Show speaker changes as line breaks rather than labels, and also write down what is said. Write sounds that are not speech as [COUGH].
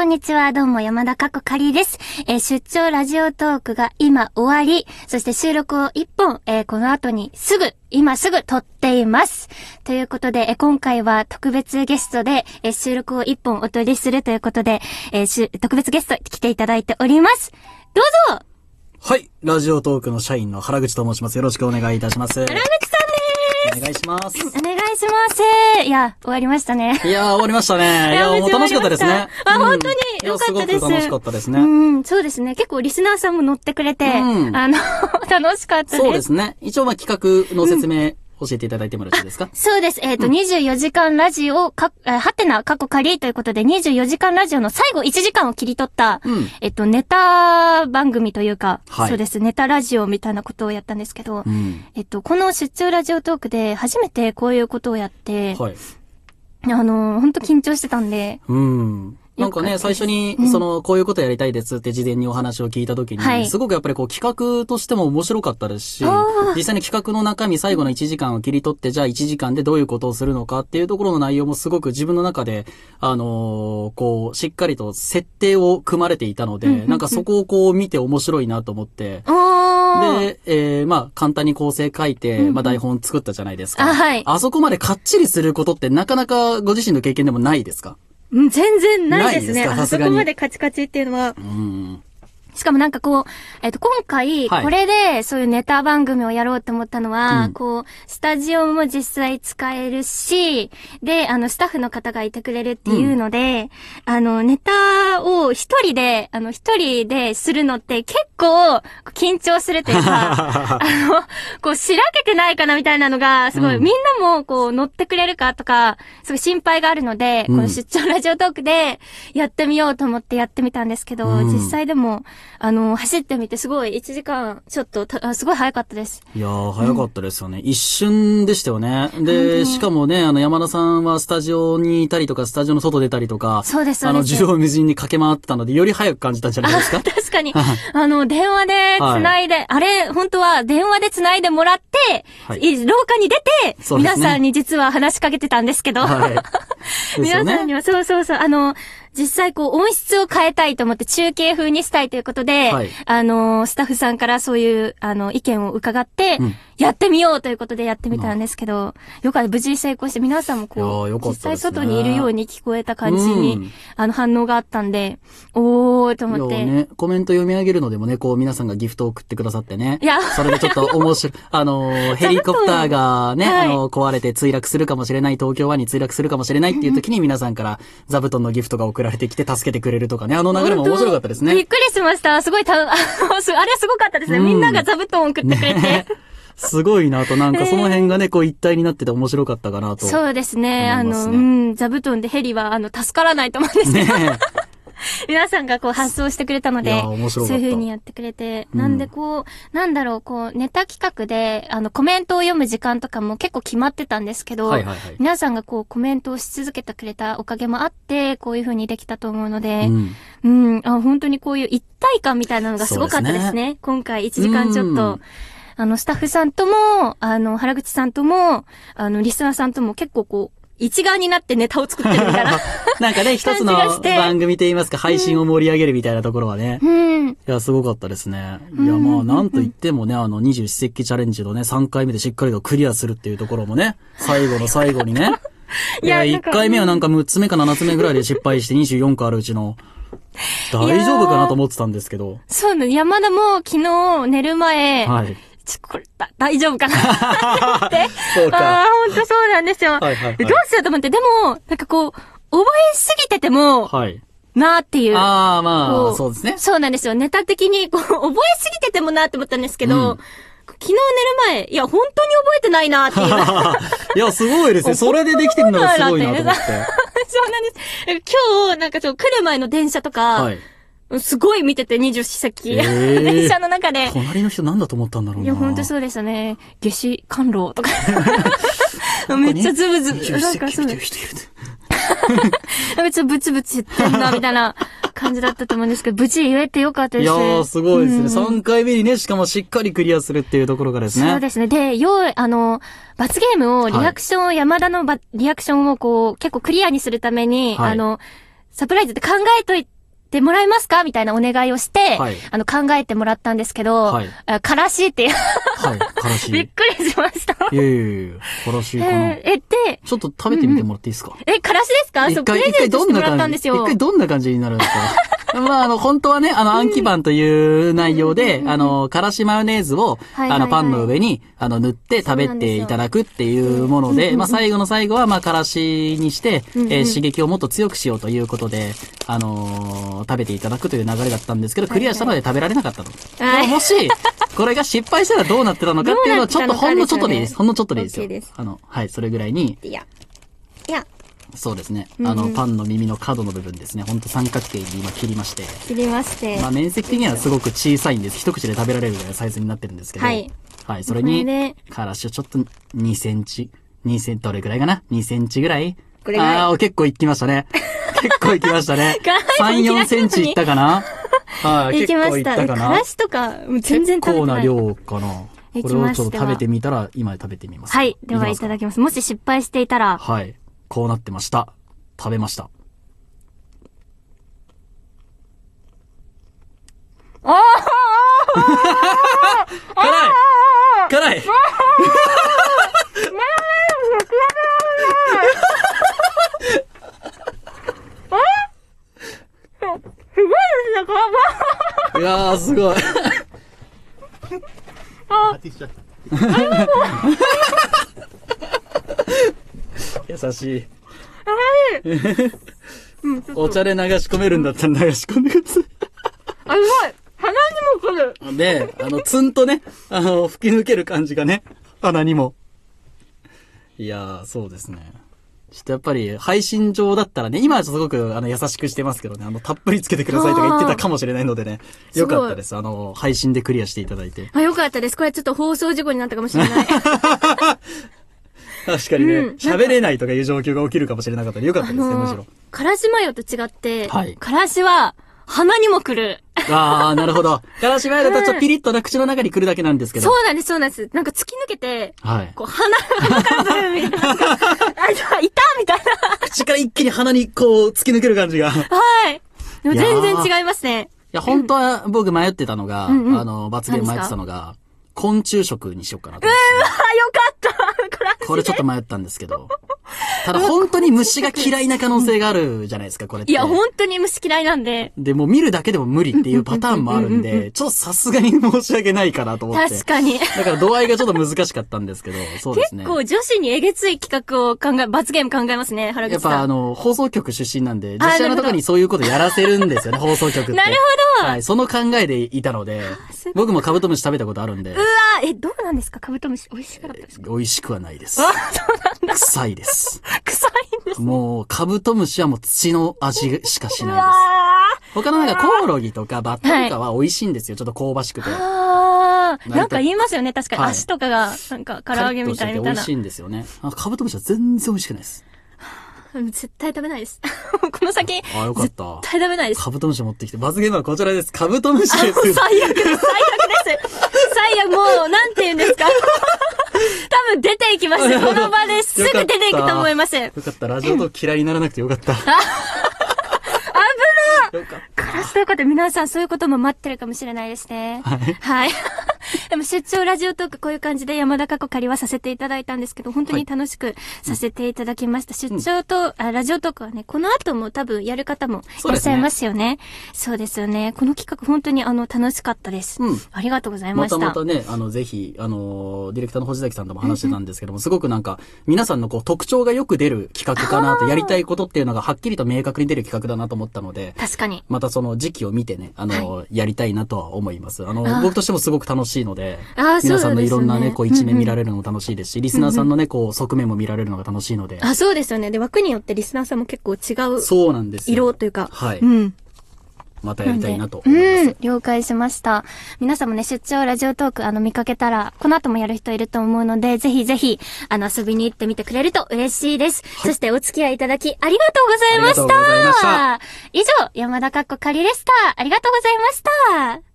んにちは。どうも、山田かっこかりです。えー出張ラジオトークが今終わり、そして収録を1本、えーこの後にすぐ、今すぐ撮っています。ということで、えー今回は特別ゲストで、えー収録を1本お取りするということで、えーしゅ特別ゲスト来ていただいております。どうぞ
はい。ラジオトークの社員の原口と申します。よろしくお願いいたします。お
原口さんで
願いします。
すお願いしますいや、終わりましたね。
いやー、終わりましたね。いやー、もう楽しかったですね。
あ、
うん
本当に
いや
良かったです。
すごく楽しかったです
う
ね。
ん、そうですね。結構リスナーさんも乗ってくれて、
うん
あの、 [LAUGHS] 楽しかったです。
そうですね。一応、まあ、企画の説明、教えていただいてもよろしいですか
そうです。えっ、と、24時間ラジオ、か、えーはてな、過去仮ということで、24時間ラジオの最後1時間を切り取った、
うん
えっと、ネタ番組というか、
はい
そうです。ネタラジオみたいなことをやったんですけど、
うん。
えっと、この出張ラジオトークで初めてこういうことをやって、
はい。
あの、本当緊張してたんで、
うん。なんか
よ
ね、
かったで
最
す
初に
うん、
その、こういうことやりたいですって事前にお話を聞いたときに、
はい
すごくやっぱりこう企画としても面白かったですし
あー、
実際に企画の中身最後の1時間を切り取って、じゃあ1時間でどういうことをするのかっていうところの内容もすごく自分の中で、あのーこう、しっかりと設定を組まれていたので、
うんうんうん
なんかそこをこう見て面白いなと思って、
おー
で、えー、まあ、簡単に構成書いて、
うんうん
まあ、台本作ったじゃないですか。
あはい
あそこまでかっちりすることってなかなかご自身の経験でもないですか
うん全然ないですね。
ないですか
あ
さす
そ
がに
こまでカチカチっていうのは。
うん。
しかもなんかこう、えっ、と、今回、
はい
これで、そういうネタ番組をやろうと思ったのは、
うん
こう、スタジオも実際使えるし、で、あの、スタッフの方がいてくれるっていうので、あの、ネタを一人で、あの、一人でするのって結構、緊張するというか、
[LAUGHS]
あの、こう、しらけてないかなみたいなのが、すごい、
うん
みんなも、こう、乗ってくれるかとか、すごい心配があるので、
うん
この出張ラジオトークで、やってみようと思ってやってみたんですけど、
うん
実際でも、あの、走ってみて、すごい、1時間、ちょっとた、あすごい早かったです。 [LAUGHS]
いやー、早かったですよね。一瞬でしたよね。で、しかもね、あの、山田さんはスタジオにいたりとか、スタジオの外出たりとか、
そうです、
あ
そう
の、
です。
縦横無尽に駆け回ってたので、より早く感じたんじゃないで
[LAUGHS]
すか
確かに、
はい
あの、電話で繋いで、あれ、本当は電話で繋いでもらって、
はい
い廊下に出て、
そうです
皆
ね
さんに実は話しかけてたんですけど、
はい。ですよ
皆さん
ね
に。は、そうそうそう、あの、実際こう音質を変えたいと思って中継風にしたいということで、
はい
あの、スタッフさんからそういう、あの、意見を伺って、
うん
やってみようということでやってみたんですけど、よかった、無事成功して皆さんも
いや
こ
ー
う、
よかった
実
ですね
際外にいるように聞こえた感じに、
うん
あの、反応があったんで、おーと
い
思
や
って。
ね、コメント読み上げるのでもね、こう皆さんがギフトを送ってくださってね。
いや
それでちょっと面白い。
[LAUGHS]
あのー、ヘリコプターがね、
座布団
あのー、壊れて墜落するかもしれない、東京湾に墜落するかもしれないっていう時に皆さんから座布団のギフトが送られてきて助けてくれるとかね、あの流れも面白かったです
びっ
ね。
くりしました。すごいた、 [LAUGHS] あのすあれすごかったですね。
うん
みんなが座布団を送ってくれて。
ねすごいなと、なんかその辺がね、こう一体になってて面白かったかなと。
そうですね。あ
思います
の、
ね
うん、座布団でヘリは、あの、助からないと思うんですけど
ね
皆さんがこう発想してくれたの
い
で
やー、面
そ
白
う
かった
いう風にやってくれて、
うん
なんでこう、なんだろう、こう、ネタ企画で、あの、コメントを読む時間とかも結構決まってたんですけど、
はいはいはい
皆さんがこう、コメントをし続けてくれたおかげもあって、こういう風にできたと思うので、
うん
うん、あ本当にこういう一体感みたいなのがすごかったです
そうで
ね。今回1時間ちょっ
う
と
ん。
あの、スタッフさんとも、あの、原口さんとも、あの、リスナーさんとも結構こう、一丸になってネタを作ってるみたい
[LAUGHS]
な。
なんかね、一つの
感じがして
番組といいますか、配信を盛り上げるみたいなところはね。
うん。
いや、すごかったですね。
ん
いや、まあ、なんと言ってもね、あの、二十四節気チャレンジのね、3回目でしっかりとクリアするっていうところもね、最後の最後にね。
[LAUGHS] い
い
や
や、
なん
1
か
回目はなんか6つ目か7つ目ぐらいで失敗して24個あるうちの、大丈夫かなと思ってたんですけど。
そうなの。山田も昨日寝る前、
はい。
ちょ、これ、だ、大丈夫かなって。
そう
ああ
か。、
ほんとそうなんですよ。
はいはいはい
どうしようと思って、でも、なんかこう、覚えすぎてても、
はい。
なーっていう。
ああ、
こ
まあ、そうですね。 [LAUGHS]
そうなんですよ。ネタ的に、こう、 [LAUGHS] 覚えすぎててもなーって思ったんですけど、
うん
昨日寝る前、いや、本当に覚えてないなーっていう。 [LAUGHS] そうなんで
いや、すごいですね。それでできてるのがすごいなと思って。
す。今日、なんかそう、来る前の電車とか、
はい。
すごい見てて、二十四席。
へ
[LAUGHS]
ー
電車の中で。
隣の人なんだと思ったんだろうな。
いや、ほんとそうでしたね。夏至甘露
[LAUGHS]
とか。めっちゃズブズブ。
な
な
んかね
んかそう
見てる人いるって
めっちゃブツブツ言ってんな、みたいな感じだったと思うんですけど、無事言えてよかったで
い
す。
やー、すごいですね。
うん
3回目にね、しかもしっかりクリアするっていうところがですね。
そうですね。で、よう、あの、罰ゲームを、リアクションを、山田のばリアクションをこう、結構クリアにするために、
はい
あの、サプライズって考えといってもらえますかみたいなお願いをして、
はい
あの、考えてもらったんですけど、
はい
あからしいって [LAUGHS] いう、
はい。からし。
びっくりしました。
いやいやいや、からし
え
かな。
ーえ、で、
ちょっと食べてみてもらっていいですか、
え、からしですかそう、プレ
一
ゼ
回
ントしてもらったんです
一
よ
回。どんな感じになるんですか [LAUGHS] まあ、あの、本当はね、あの、暗記板という内容
うんうんうん
で
う、ん
あの、からしマヨネーズを、
はいはいはい
あの、パンの上に、あの、塗って食べていただくっていうもので、まあ、最後の最後は、まあ、からしにして、
うんうん
えー刺激をもっと強くしようということで、あのー食べていただくという流れだったんですけど、クリアしたので食べられなかったの。
はい
もし、これが失敗したらどうなってたのかっていうのは、ちょっ
ど
と
うなってたのか
ほんのちょっとでいいです。
ですよね
ほんのちょっとでいいですよ
OK です。
あの、はい、それぐらいに
いや。いや、
そうですね。
んうん
あの、パンの耳の角の部分ですね。ほんと三角形に今切りまして。
切りまして。
まあ、面積的にはすごく小さいんです。一口で食べられるぐらいのサイズになってるんですけど。
はい。
はい、それ
これ
に
で、
からしをちょっと2センチ。2センチ、どれぐらいかな ?2 センチぐらい
これぐらい
ああ、結構いきました
[LAUGHS]
ね。結構いきましたね
ガーッ。と
3、
いきま
4
したね
センチいったかなはい、
行
結
きま
構い
し
っ
た。
た
え
か
か
な
らしとか、もう全然食べて
結構な
ない。
量かな。
行き
これを
ま
ちょ
し
ったと食べてみたら、今食べてみます。
はい。では
きま
い
すか
ただきます。もし失敗していたら、
はい。こうなってました。食べました。
お
[LAUGHS]
ー
辛い辛い
すごいですね、これ
[LAUGHS] いやー、すごい。優しい。 [LAUGHS] お茶で流し込めるんだったら流し込んでくださ
あ、すごい鼻にも来る
い。で、あの、ツンとね、あの、吹き抜ける感じがね、鼻にも。いやー、そうですね。ちょっとやっぱり、配信上だったらね、今はすごく、あの、優しくしてますけどね、あの、たっぷりつけてくださいとか言ってたかもしれないのでね、
あー
よかったです。あの、配信でクリアしていただいて。
あ、よかったです。これちょっと放送事故になったかもしれない。
確かにね
うん、
喋、れないとかいう状況が起きるかもしれなかったので、よかった
あ
ですね、むし
の
ろ
ー。、からしマヨと違って、
はい
からしは鼻にも来る。
ああ、なるほど。からし前だとちょっとピリッとな口の中に来るだけなんですけど。
そうなんです、そうなんです。なんか突き抜けて、
はい。
こう鼻、鼻から来るみたいな。 [LAUGHS] なんかあ、いたいたみたい
口から一気に鼻にこう突き抜ける感じが。い
な。はい。でも
いやー
全然違いますね。
や、本当は僕迷ってたのが、
んうん
あの、罰ゲーム迷ってたのが、昆虫食にしようかなと思っ
あ、よかったから
て。これちょっと迷ったんですけど。ただ本当に虫が嫌いな可能性があるじゃないですか、これって。
いや、本当に虫嫌いなんで。
で、もう見るだけでも無理っていうパターンもあるんで、ちょっとさすがに申し訳ないかなと思って。
確かに。
だから度合いがちょっと難しかったんですけど、そうですね。
結構女子にえげつい企画を考え、罰ゲーム考えますね、原
や
口
っ
さん。
ぱあの、放送局出身なんで、
あ
実写のとこにそういうことやらせるんですよね、放送局って。
なるほど
はい、その考えでいたので
すご、い
僕もカブトムシ食べたことあるんで、
あ、え、どうなんですかカブトムシ美味しかったです
美味しくはないです。臭いです。
か臭いんです。
もう、カブトムシはもう土の味しかし
う
ないです。
わ
他のなんかコオロギとかバッタとかは美味しいんですよ、ちょっと香ばしくて。
ーあー。
なんか
なんか言いますよね、確かに。
はい
足とかが、なんか唐揚げみたい
カリ
み
ッとしてて美
たい
味
な
し。いんですよね。あカブトムシは全然美味しくないです。
うん絶対食べないです。 [LAUGHS] この先、絶
あ、よかった。
対食べないです。
カブトムシ持ってきて、罰ゲームはこちらです。カブトムシ
最
です。
悪です、最悪です。最悪、もう、なんて言うんですか [LAUGHS] 多分出ていきます。この場ですぐ出ていくと思います。
よかった、ラジオと嫌いにならなくてよかった。危ないよかっ
からしということで皆さんそういうことも待ってるかもしれないですね。はい。 [LAUGHS] でも出張ラジオトークこういう感じで山田過去借りはさせていただいたんですけど、本当に楽しくさせていただきました。出張と、あ、ラジオトークはね、この後も多分やる方もいらっしゃいますよね。そうですよね。この企画本当にあの楽しかったです。
うん
ありがとうござい
た。
ま
ま
したた。
またね、あの、ぜひ、あのー、ディレクターの星崎さんとも話してたんですけども、すごくなんか、皆さんのこう、特徴がよく出る企画かなと、やりたいことっていうのがはっきりと明確に出る企画だなと思ったので、
確かに。
またその時期を見てね、あの、やりたいなとは思います。あの、
あー
僕としてもすごく楽しいので
あー、
皆さんのいろんな
そうですよ
ね、
ね
こう、一面見られるのも楽しいですし、リスナーさんのね、こう、側面も見られるのが楽しいので、
あ、そうですよね。で、枠によってリスナーさんも結構違う
そうなんですよ。
色というか。
はい。
うん。
またやりたいなと思います。
うん、了解しました。皆さんもね、出張ラジオトーク、あの、見かけたら、この後もやる人いると思うので、ぜひぜひ、あの、遊びに行ってみてくれると嬉しいです。そして、お付き合いいただき、ありがとうございました
ありがとうございまし
以上、山田かっこかりでした。ありがとうございました。